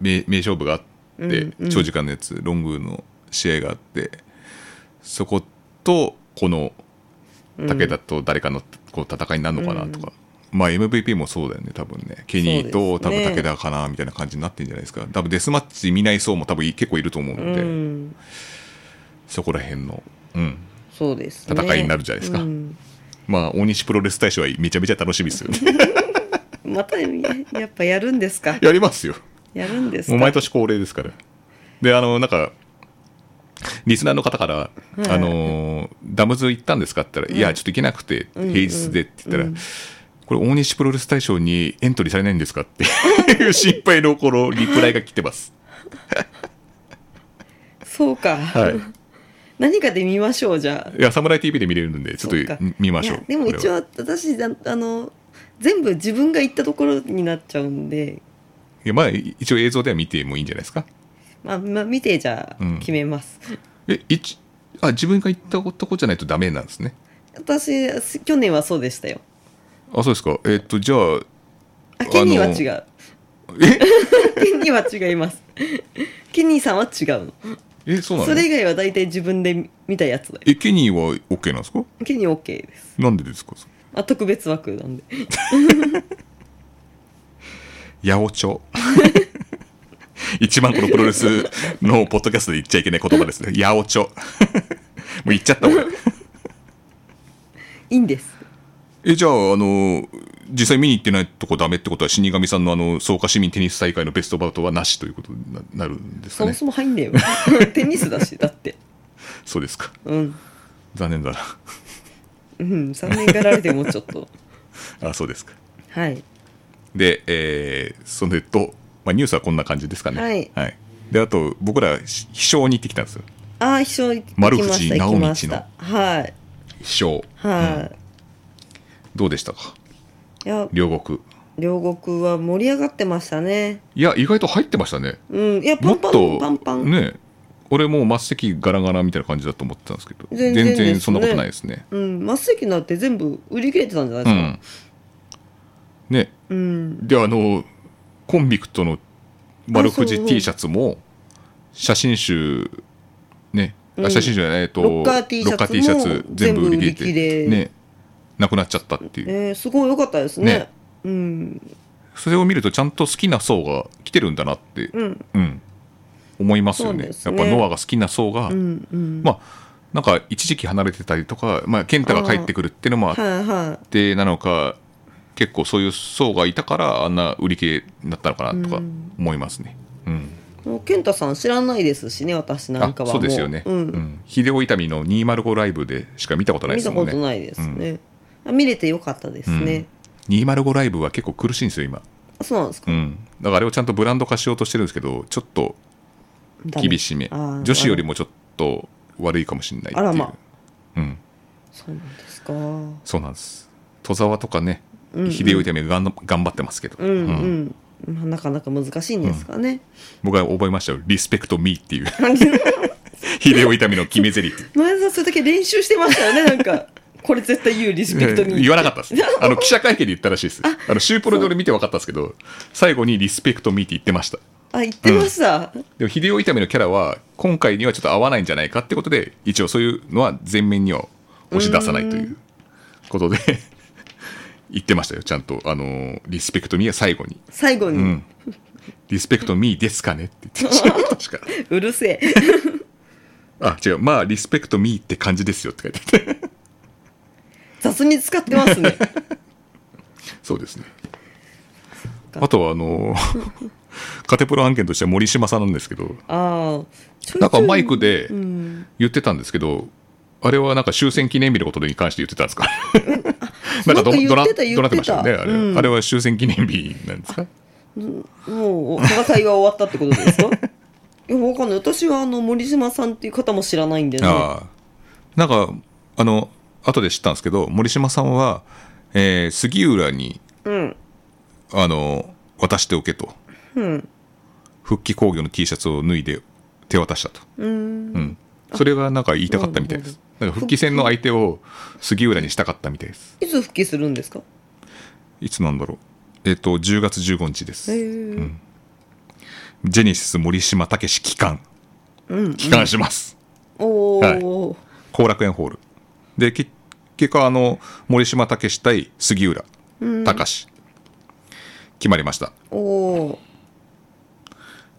S1: 名名勝負があって、
S2: うんうん
S1: 長時間のやつロングの試合があってそことこの武田と誰かのこう戦いになるのかなとか、まあ MVP もそうだよね多分ねケニーと
S2: そ
S1: 多
S2: うで
S1: 分
S2: すね
S1: 武田かなみたいな感じになってんじゃないですか多分デスマッチ見ない層も多分結構いると思う
S2: う
S1: ので、
S2: ん
S1: そこら辺のうん
S2: そうです、ね、
S1: 戦いになるじゃないですか
S2: うん
S1: まあ、大西プロレス大賞はめちゃめちゃ楽しみですよね。 <laughs>
S2: またややっぱやるんですか
S1: やりますよ。
S2: やるんです
S1: も
S2: か
S1: う毎年恒例ですから。で、あの、なんか、リスナーの方から、
S2: い
S1: あのーダムズ行ったんですかって言ったら、いや、ちょっと行けなくて、平日でって言ったら、これ大西プロレス大賞にエントリーされないんですかっていう <laughs> 心配の頃リプライが来てます
S2: そうか、
S1: はい
S2: 何かで見ましょうじゃあ
S1: いや「サムライ TV」で見れるんでちょっ
S2: そっ
S1: と
S2: か
S1: 見ましょ
S2: いうやでも一応
S1: これは
S2: 私ああの全部自分が行ったところになっちゃうんで、
S1: いやまあ一応映像では見てもいいんじゃないですか
S2: まあ、まあ見てじゃ
S1: うん
S2: あ決めます、
S1: え一あ自分が行ったことじゃないとダメなんですね
S2: 私去年はそうでしたよ
S1: あそうですかえっ、とじゃあ
S2: あケニーは
S1: あの
S2: 違うえ <laughs> ケニーは違いますケニーさんは違うの
S1: えそうな
S2: そ
S1: の
S2: れ以外は大体自分で見たやつだよ
S1: えケニーは OK なんですか
S2: ケニー OK です、
S1: なんでですか
S2: まあ、特別枠なんで
S1: 八百長 <laughs> 一番このプロレスのポッドキャストで言っちゃいけない言葉ですね八百長 <laughs> もう言っちゃった俺
S2: いいんです
S1: えじゃああの実際見に行ってないとこダメってことは死神さんのあの草加市民テニス大会のベストバウトはなしということにななるんです
S2: そ
S1: か
S2: も
S1: ね
S2: そも入んねえよ
S1: <laughs>
S2: テニスだしだって
S1: そうですか
S2: うん
S1: 残念だ
S2: うん3年がられてもうちょ
S1: <laughs>
S2: っと
S1: な <laughs> あそうですか
S2: はい
S1: で、えーそれと、まあ、ニュースはこんな感じですかね。
S2: はい
S1: で、あと、僕ら、し秘書に行ってきたんですよ。
S2: ああ秘書行ってきま
S1: 丸藤
S2: した
S1: 直
S2: 行
S1: 道
S2: き
S1: の
S2: ましたはい
S1: 秘書。
S2: は
S1: どうでしたか
S2: い、いや
S1: 両国。
S2: 両国は盛り上がってましたね
S1: いや、意外と入ってましたね。
S2: うんいやパ
S1: も
S2: ン
S1: っ
S2: パン
S1: と、
S2: パンパン、
S1: ね、俺もう末席ガラガラみたいな感じだと思ってたんですけど、全
S2: 全
S1: 然
S2: 然ですね
S1: そんなことないですね。
S2: うん末席になって全部売り切れてたんじゃないうですか
S1: ん。ね、
S2: うん、
S1: で、あの、コンビクトの丸
S2: あそ
S1: 藤
S2: う
S1: T シャツも、写真集、ね、
S2: う
S1: あ
S2: ん
S1: 写真集じゃない、えっと、
S2: ロッカー T シ
S1: ロ
S2: ャツも
S1: ッカ T シャツ全部売り切れ
S2: 全
S1: て、
S2: 部売り切れ
S1: ね、なくなっちゃったっていう。
S2: えーすごい良かったですね
S1: ね
S2: うん
S1: それを見ると、ちゃんと好きな層が来てるんだなって、
S2: うん
S1: うん、思いますよね。
S2: そうです
S1: やっ
S2: ね
S1: ぱノアが好きな層が、
S2: うんうん
S1: まあ、なんか一時期離れてたりとか、まあ、健太が帰ってくるっていうのもあっ
S2: はいは
S1: てなのか、結構そういう層がいたから、あんな売り切れになったのかなとか
S2: うん
S1: 思いますね。うん
S2: いもう健太さん知らないですしね私なんかは
S1: そ
S2: も
S1: うですよね、
S2: うん
S1: ん秀夫伊丹の205ライブでしか見たことないで
S2: 見
S1: す
S2: た
S1: も
S2: こ
S1: んね
S2: とないですね、あ見れて良かったですね、
S1: うん、205ライブは結構苦しいんですよ今、
S2: あそうなんですか
S1: うん、だからあれをちゃんとブランド化しようとしてるんですけどちょっと
S2: ダメ
S1: 厳しめ
S2: あー
S1: 女子よりもちょっと悪いかもしれないっていう
S2: あらま
S1: うん、
S2: そうなんですかうん
S1: そうなんです戸沢とかね、
S2: うん
S1: 秀夫伊丹がん頑張ってますけど、うん
S2: うん、まあ、なかなか難しいんですかね、
S1: 僕は覚えましたよ「リスペクト・ミー」っていう
S2: <laughs>
S1: 秀夫伊丹の決め台詞
S2: 前田さんそれだけ練習してましたよねな
S1: <laughs>
S2: んかこれ絶対言うリスペクトに
S1: 言わなかった
S2: <laughs>
S1: です。あの記者会見で言ったらしいです。あのシュープロで俺見て分かったんですけど、最後にリスペクトミーって言ってました。
S2: あ言ってました、
S1: でも秀夫伊丹のキャラは今回にはちょっと合わないんじゃないかってことで、一応そういうのは全面には押し出さないということで言ってましたよ。ちゃんとあのーリスペクトミーは最後に。
S2: 最後に、う
S1: うん。リスペクトミーですかねって言ってました。確か。
S2: るせえ
S1: あ、違う。まあリスペクトミーって感じですよって書いてあって。
S2: 雑に使ってますね
S1: そうですね。
S2: か
S1: あとはあのーカテプロ案件としては森島さんなんですけど、
S2: ああちょいちょい
S1: なんかマイクで
S2: うん
S1: 言ってたんですけど、あれはなんか終戦記念日のことに関して言ってたんですか <laughs> なんかど
S2: なん
S1: ど
S2: か言
S1: な
S2: ってた言
S1: どな
S2: ってた
S1: ってましたよねあれ,、
S2: うん
S1: あれは終戦記念日なんですか
S2: もう戦いが終わったってことですかいやわかんない私はあの森島さんっていう方も知らないんでね
S1: ああなんかあの後で知ったんですけど森島さんは、えー杉浦に
S2: うん
S1: あの渡しておけと
S2: うん
S1: 復帰工業の T シャツを脱いで手渡したと、
S2: うん
S1: うん、それがなんか言いたかったみたいですなんか復帰戦の相手を杉浦にしたかったみたいです
S2: いつ復帰するんですか
S1: いつなんだろうえっ、と10月15日です、
S2: へえ
S1: ジェニシス森島武史帰還
S2: うん
S1: 帰還します
S2: おお、
S1: 後、楽園ホールでき結果あの森島武史対杉浦隆史、決まりました
S2: おお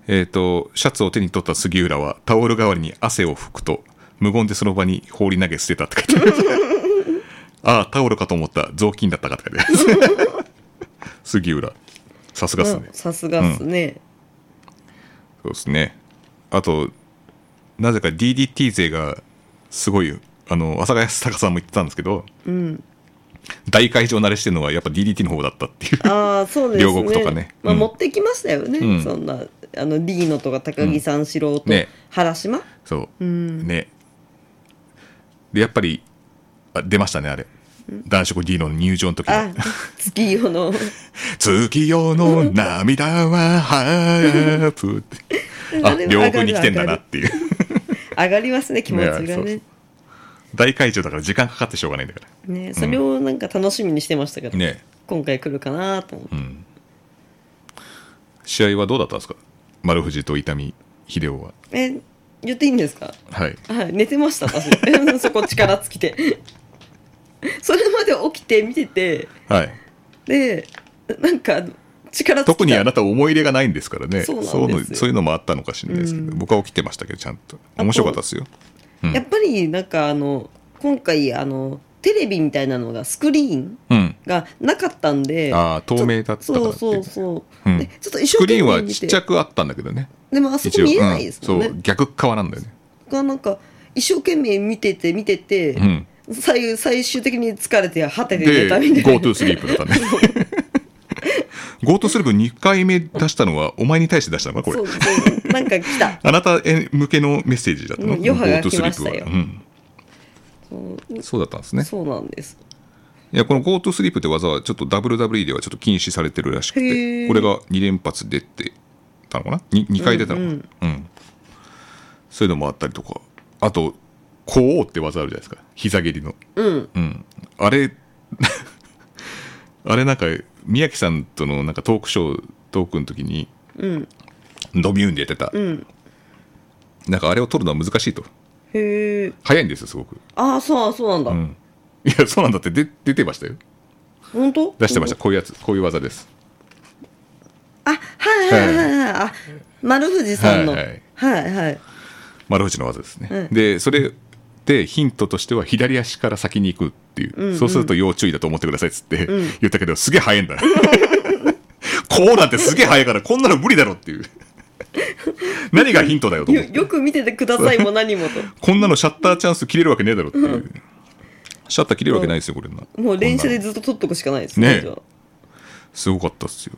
S1: えっ、とシャツを手に取った杉浦はタオル代わりに汗を拭くと無言でその場に放り投げ捨てたって書
S2: <laughs>
S1: いてありましたああタオルかと思った雑巾だったかって書いてあります杉浦さすがっすね
S2: うんさすがっすね、
S1: そうですね。あと、なぜか DDT 勢がすごい、あの、阿佐ヶ谷坂さんも言ってたんですけど、
S2: うん
S1: 大会場慣れしてるのはやっぱ DDT の方だったっていう
S2: ああそうですね
S1: 両国とかね
S2: まあ、
S1: うん
S2: 持ってきましたよね、
S1: うん
S2: そんなあのリーノとか高木三四郎と
S1: うんね
S2: 原島、
S1: そう、
S2: うん
S1: ねでやっぱりあ出ましたねあれ男色 D の入場の時
S2: あ
S1: に
S2: 月夜の
S1: 「 <laughs> 月夜の涙はハープ」あ
S2: あれは
S1: 両国に来てんだなっていう
S2: 上がりますね気持ちが
S1: ねそうそう
S2: ね
S1: <laughs> 大会場だから時間かかってしょうがないんだから
S2: ねそれをなんか楽しみにしてましたけど、
S1: ね
S2: 今回来るかなと思って、
S1: 試合はどうだったんですか丸藤と伊丹秀夫は
S2: え言っていいんですか
S1: はい
S2: はい、寝てました私 <laughs> そこ力尽きて <laughs> それまで起きて見てて
S1: はい
S2: でなんか力尽きた
S1: 特にあなた思い入れがないんですからね
S2: そうなんです
S1: そうのそういうのもあったのかしらないですけど、僕は起きてましたけどちゃんと
S2: と
S1: 面白かったですようん
S2: やっぱりなんかあの今回あのテレビみたいなのがスクリーン
S1: うん
S2: がなかったんで
S1: あー透明だったからっていう
S2: そうそうそう、
S1: うん
S2: でちょっと一
S1: ス
S2: 生
S1: クリ
S2: 懸
S1: ーン
S2: 命
S1: は
S2: 見て
S1: ちっちゃくあったんだけどね
S2: でもあそこ見えないですもんね、
S1: うんそう逆側なんだよね
S2: がなんか一生懸命見てて見てて、
S1: うん
S2: 最最終的に疲れて果てて
S1: で
S2: 寝たみたいな
S1: GoTo スリープだった
S2: <laughs>
S1: ね GoTo スリープ2回目出したのはお前に対して出したのかこれ
S2: そうそうなんか来た
S1: あなたへ向けのメッセージだったの、
S2: うん余波が
S1: GoTo スリープは
S2: 来ましたよ
S1: うん、そうだったん <laughs> ですね
S2: そうなんです
S1: いやこの GoTo スリープって技はちょっと WWE ではちょっと禁止されてるらしく
S2: へ
S1: て
S2: ー
S1: これが2連発出てたのかな 2, 回出たのかな、うんそういうのもあったりとかあと「こう」って技あるじゃないですか膝蹴りの、
S2: うん
S1: うん、あれ <laughs> あれなんか宮城さんとのなんかトークショートークの時に
S2: うん
S1: ドビューンでやってた、
S2: うん
S1: なんかあれを取るのは難しいと
S2: へえ
S1: 早いんですよすごく、
S2: ああそうそうなんだ、
S1: うん、いやそうなんだってで出てましたよ
S2: 本当
S1: 出してましたこういうやつこういう技です
S2: あはいはいはいはいあ丸藤さんの
S1: は
S2: はいいはい、
S1: 丸藤の技ですね、
S2: うん
S1: でそれでヒントとしては左足から先に行くっていう、そうすると要注意だと思ってくださいっつって言ったけど、すげえ速いんだこうなんてすげえ速いからこんなの無理だろっていう何がヒントだよと思
S2: よ
S1: って
S2: よく見ててくださいも何も
S1: <laughs>
S2: と
S1: こんなのシャッターチャンス切れるわけねえだろっていう、シャッター切れるわけないですよこれな
S2: もう連射
S1: こん
S2: で
S1: なの
S2: ずっと取っとくしかないです
S1: ね
S2: じゃあ
S1: すごかったっすよ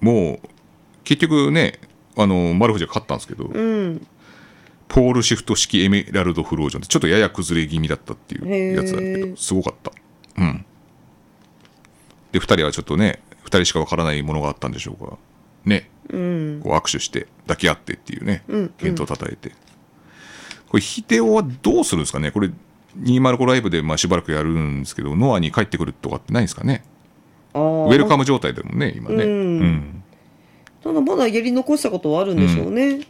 S1: もう結局ねあの丸藤が勝ったんですけど、
S2: うん
S1: ポールシフト式エメラルドフロージョンってちょっとやや崩れ気味だったっていうやつなんだけ
S2: へ
S1: ど
S2: ー
S1: すごかったうんで2人はちょっとね2人しかわからないものがあったんでしょうかね
S2: うん
S1: こう握手して抱き合ってっていうね
S2: うん
S1: 健闘をたたえて、これヒデオはどうするんですかねこれ205ライブでまあしばらくやるんですけどノアに帰ってくるとかってないんですかね
S2: あ
S1: ウ
S2: ウ
S1: ェルカム状態だもんね今ね
S2: うん
S1: うん
S2: ただまだやり残したことはあるんでしょうね、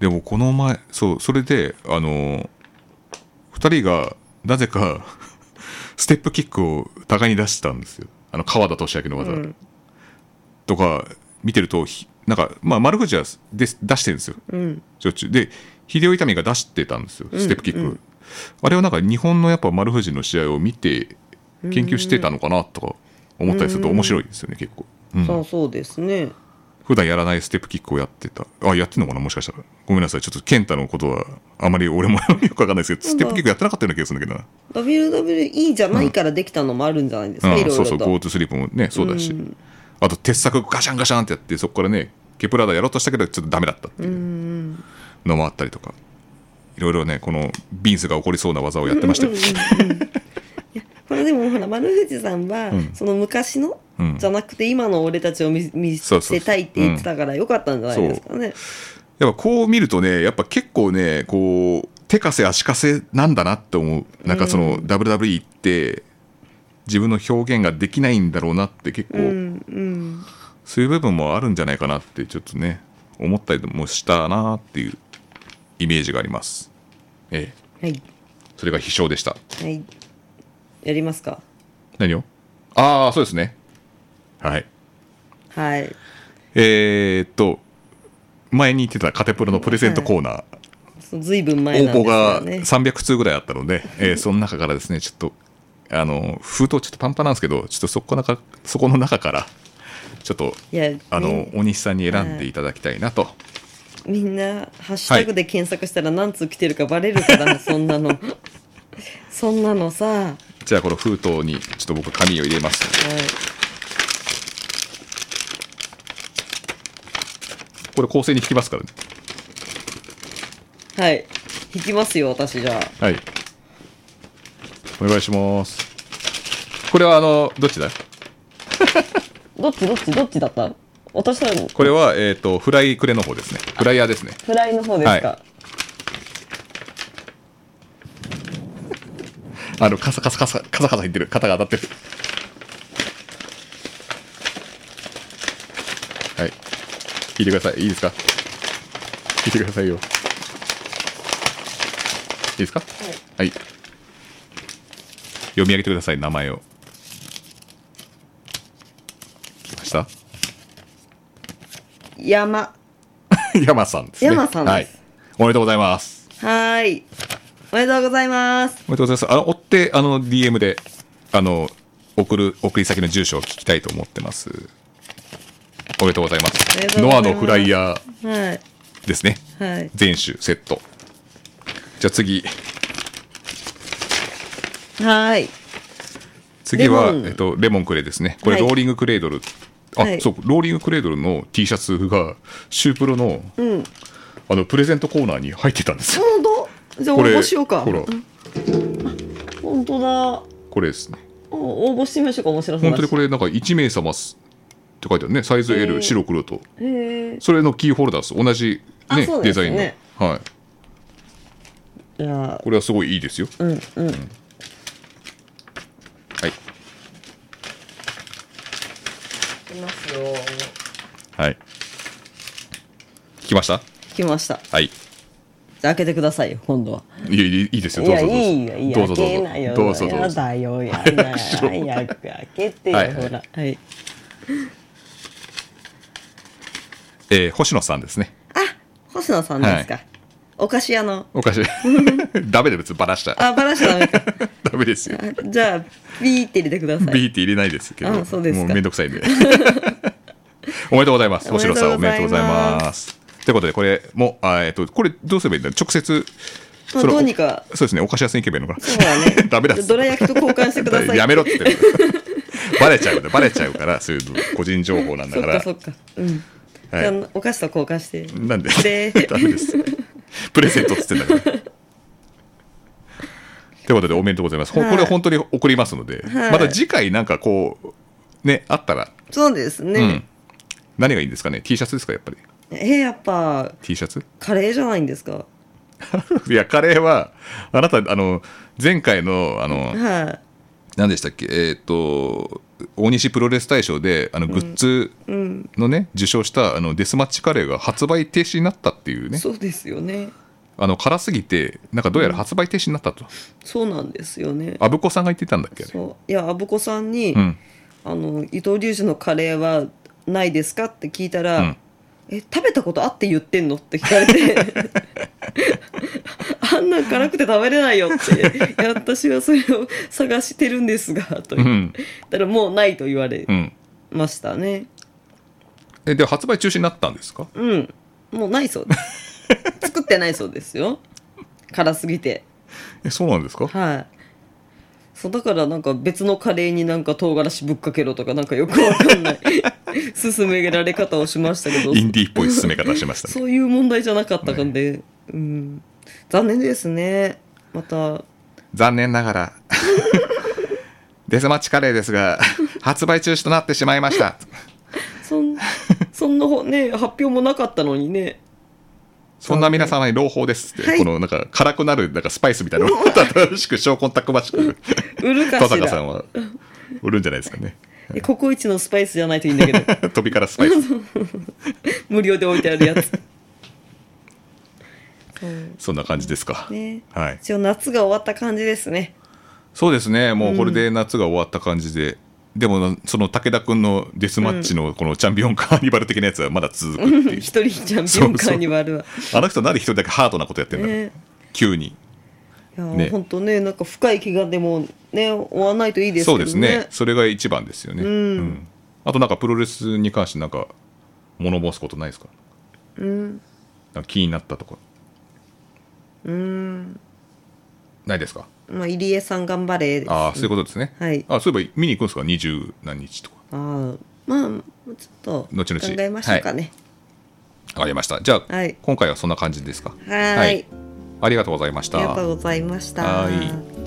S1: でもこの前そうそれであのー、2人がなぜか <laughs> ステップキックを互いに出したんですよあの川田俊明の技、
S2: うん
S1: とか見てるとひなんか、まあ、丸藤はで出してるんですよ
S2: うん
S1: しょっちゅうで秀夫伊丹が出してたんですよステップキック、あれはなんか日本のやっぱ丸藤の試合を見て研究してたのかなとか思ったりすると面白いですよね結構、うん
S2: そうそうですね
S1: 普段やらないステップキックをやってた。あ、やってんのかなもしかしたら。ごめんなさい。ちょっと健太のことは、あまり俺もよくわかんないですけど、ステップキックやってなかったような気がするんだけ
S2: WWE じゃないからできたのもあるんじゃないです
S1: ど
S2: か、
S1: な。
S2: い
S1: うん、
S2: ろい
S1: そ
S2: ろ
S1: うそう、
S2: と
S1: GoTo スリープもね、そうだし。あと、鉄柵ガシャンガシャンってやって、そこからね、ケプラーダやろうとしたけど、ちょっとダメだったっていうのもあったりとか。いろいろね、このビンスが起こりそうな技をやってましたよ。
S2: これでもほら丸藤さんは、その昔
S1: う
S2: の、
S1: ん
S2: じゃなくて今の俺たちを見見
S1: そうそう
S2: せたいって言ってたからよかったんじゃないですかね。
S1: やっぱこう見るとね、やっぱ結構ね、こう、手かせ足かせなんだなって思う。なんかその、WWE って、自分の表現ができないんだろうなって結構、
S2: うんうん
S1: そういう部分もあるんじゃないかなってちょっとね思ったりもしたなっていうイメージがありますええ
S2: はい
S1: それが必勝でした
S2: はいやりますか
S1: 何をああそうですねはい
S2: はい
S1: えー、っと前に言ってたカテプロのプレゼントコーナー、
S2: そのずいぶん前なん
S1: 応募
S2: です
S1: が
S2: よね。
S1: 300通ぐらいあったので、えーその中からですねちょっとあの封筒ちょっとパンパンなんですけどちょっとそこの中そこの中からちょっと
S2: いや
S1: あの
S2: ね
S1: 大西さんに選んでいただきたいなと、
S2: みんなハッシュタグで
S1: <laughs>
S2: 検索したら何通来てるかバレるから、そんなのそんなのさ
S1: じゃあこの封筒にちょっと僕紙を入れますこれ構成に引きますからね
S2: はい。引きますよ、私じゃあ。
S1: はいお願いしますこれはあのどっちだ
S2: どっちどっちどっちだった私は
S1: これはえっ、とフライクレの方ですねフライヤーですね
S2: フライの方ですか。
S1: はあのカサカサカサカサカサ言ってる肩が当たってるはい聞いてくださいいいですか聞いてくださいよいいですかはい読み上げてください名前を来ました <laughs>
S2: 山。
S1: 山さんですね
S2: 山さんです
S1: はいおめでとうございます
S2: はーい。おめでとうございます。
S1: おめでとうございます。あの、追って、あの、DM で、あの、送る、送り先の住所を聞きたいと思ってます。おめでとうございま。
S2: おめですとうご
S1: ノ
S2: ざ
S1: ア
S2: います
S1: のフライヤー
S2: はい。
S1: ですね。
S2: はい。
S1: 全種セット。じゃあ次。
S2: はーい。
S1: 次は
S2: レモ、ン
S1: えっと、レモンクレイですね。これ、
S2: はい
S1: ローリングクレードル。あ、
S2: はい
S1: そう、ローリングクレードルの T シャツが、シュープロの、
S2: うん。
S1: あの、プレゼントコーナーに入ってたんですよ。
S2: 本当じゃあ応
S1: これ、
S2: 募しようか。
S1: ほら、
S2: 本当だ。
S1: これですね。
S2: お応募してみましょうか、面白そう
S1: 本
S2: だ
S1: 当にこ
S2: れ。
S1: れ、なんか、1名様すって書いてあるね。サイズ
S2: へ
S1: L、
S2: ー
S1: 白黒と。
S2: へえ。
S1: それのキーホルダーです。同じ、
S2: あ
S1: ね
S2: そう
S1: デ
S2: です
S1: ザイン
S2: ね
S1: の。はい。
S2: じゃあ、
S1: これはすごいいいですよ。
S2: うんうん。
S1: はい。
S2: きますよ。
S1: はい。聞きました
S2: 来ました。
S1: はい。い
S2: じゃあ開けてくださいよ、今度は。
S1: いいいですよ。
S2: い
S1: どう
S2: や、
S1: ぞどうぞ。
S2: いいよ、いい
S1: どう
S2: よ。
S1: ぞどうぞ
S2: 開けないよ。。
S1: どうぞど
S2: や
S1: うぞ。
S2: だよ、や
S1: <laughs>
S2: だよ。
S1: しょうがない
S2: 早く開けてよ、
S1: はいはい
S2: ほら。はい。
S1: えー星野さんですね。
S2: あ、星野さんですか。
S1: は
S2: お菓子屋の。
S1: お
S2: <laughs>
S1: かしい。ダメで別にバラしたら。
S2: あ、バラしちゃ
S1: <laughs>
S2: ダメか。
S1: ダメですよ。
S2: あじゃあ、ビーって入れてください。
S1: ビーって入れないですけど。
S2: あそうですか
S1: もうめんどくさ
S2: <laughs>
S1: いんで。おめでとうございます。
S2: おめ
S1: 星
S2: でと
S1: 野
S2: う
S1: さんおめでとうご
S2: ご
S1: ざい
S2: ざいます
S1: ます。ということで、これも、あえっと、これどうすればいいんだろう直接、
S2: まあ
S1: それを
S2: どうにか
S1: そうですね、お菓子屋さん行けばいいのかな。。
S2: そうだね
S1: <laughs> ダメだっつって
S2: どら焼きと交換してください。
S1: やめろって言ってるバレちゃうバレちゃうからそういうの個人情報なんだ
S2: そっ
S1: か
S2: からそっか。うん。
S1: はい
S2: じゃあお菓子と交換して。
S1: なんで
S2: で
S1: ダメですプレゼントっつってんだからということでおめでとうございます、こ
S2: はい
S1: これ本当に送りますので、
S2: はい
S1: また次回なんかこうねあったら、
S2: そうです
S1: う
S2: ね
S1: ん。何がいいんですかね T シャツですかやっぱり
S2: え、やっぱ、
S1: T シャツ <laughs>
S2: カレーじゃないんですか。
S1: いやカレーはあなたあの前回のあの、
S2: は
S1: 何でしたっけえっ、と大西プロレス大賞であのグッズのね、受賞したあのデスマッチカレーが発売停止になったっていう
S2: い。
S1: ね
S2: そうですよね。
S1: あの辛すぎてなんかどうやら発売停止になったと
S2: そうなんですよね。
S1: 阿部子さんが言ってたんだっけあれ
S2: そう。いや、あぶこさんに、
S1: うん
S2: あの伊藤隆二のカレーはないですかって聞いたら、
S1: うん
S2: え食べたことあって言ってんのって聞かれ
S1: <laughs>
S2: てあんなん辛くて食べれないよっていや私はそれを探してるんですがと
S1: う
S2: 言っ
S1: ん
S2: たらもうないと言われ
S1: うん
S2: ましたね
S1: えで発売中止になったんですか
S2: うんもうないそうです作ってないそうですよ辛すぎて
S1: えそうなんですか
S2: はいそうだからなんか別のカレーになんか唐辛子ぶっかけろとかなんかよくわかんない勧められ方をしましたけど
S1: インディーっぽい進め方しましたね
S2: そういう問題じゃなかったんで、うん、残念ですね。また、
S1: 残念なが
S2: <laughs>
S1: らデスマッチカレーですが発売中止となってしまいました
S2: そん、そんなほね、発表もなかったのにね。
S1: そんな皆様に朗報ですって、
S2: はい
S1: このなんか辛くなるなんかスパイスみたいなのを新しく昇魂たくまし
S2: <laughs>
S1: く
S2: 売るか
S1: 登
S2: し
S1: 坂さん
S2: ら。
S1: は売るんじゃないですかね <laughs>
S2: えココイチのスパイスじゃないといいんだけど、
S1: 飛びからスパイス
S2: <laughs> 無料で置いてあるやつ。そう
S1: そんな感じですか、
S2: ね。
S1: はい、
S2: 一応夏が終わった感じですね。
S1: そうですねもうこれで夏が終わった感じで、でもその武田君のデスマッチのこのチャンピオンカーニバル的なやつはまだ続くっていう、
S2: <laughs> 一人チャンピオンカーニバルは。
S1: あの人なんで一人だけハードなことやってんだろう、
S2: ね
S1: 急に
S2: いや、
S1: ね
S2: 本当ね、なんか深い怪我でもね、終わらないといいです
S1: そ
S2: けど
S1: う
S2: ね。
S1: ですねそれが一番ですよね、
S2: うん
S1: あとなんかプロレスに関してなんか物申すことないですか
S2: うん。
S1: なんか気になったとか
S2: うん。
S1: ないですか
S2: まあ、入江さん頑張れです
S1: ああそういうことですね、
S2: はい
S1: あそういえば見に行くんですか二十何日とか
S2: ああまあもうちょっと考
S1: 後々
S2: えましょうかね
S1: わかりましたじゃあ、
S2: はい
S1: 今回はそんな感じですか
S2: はーい
S1: ありがとうございました
S2: ありがとうございました
S1: はーい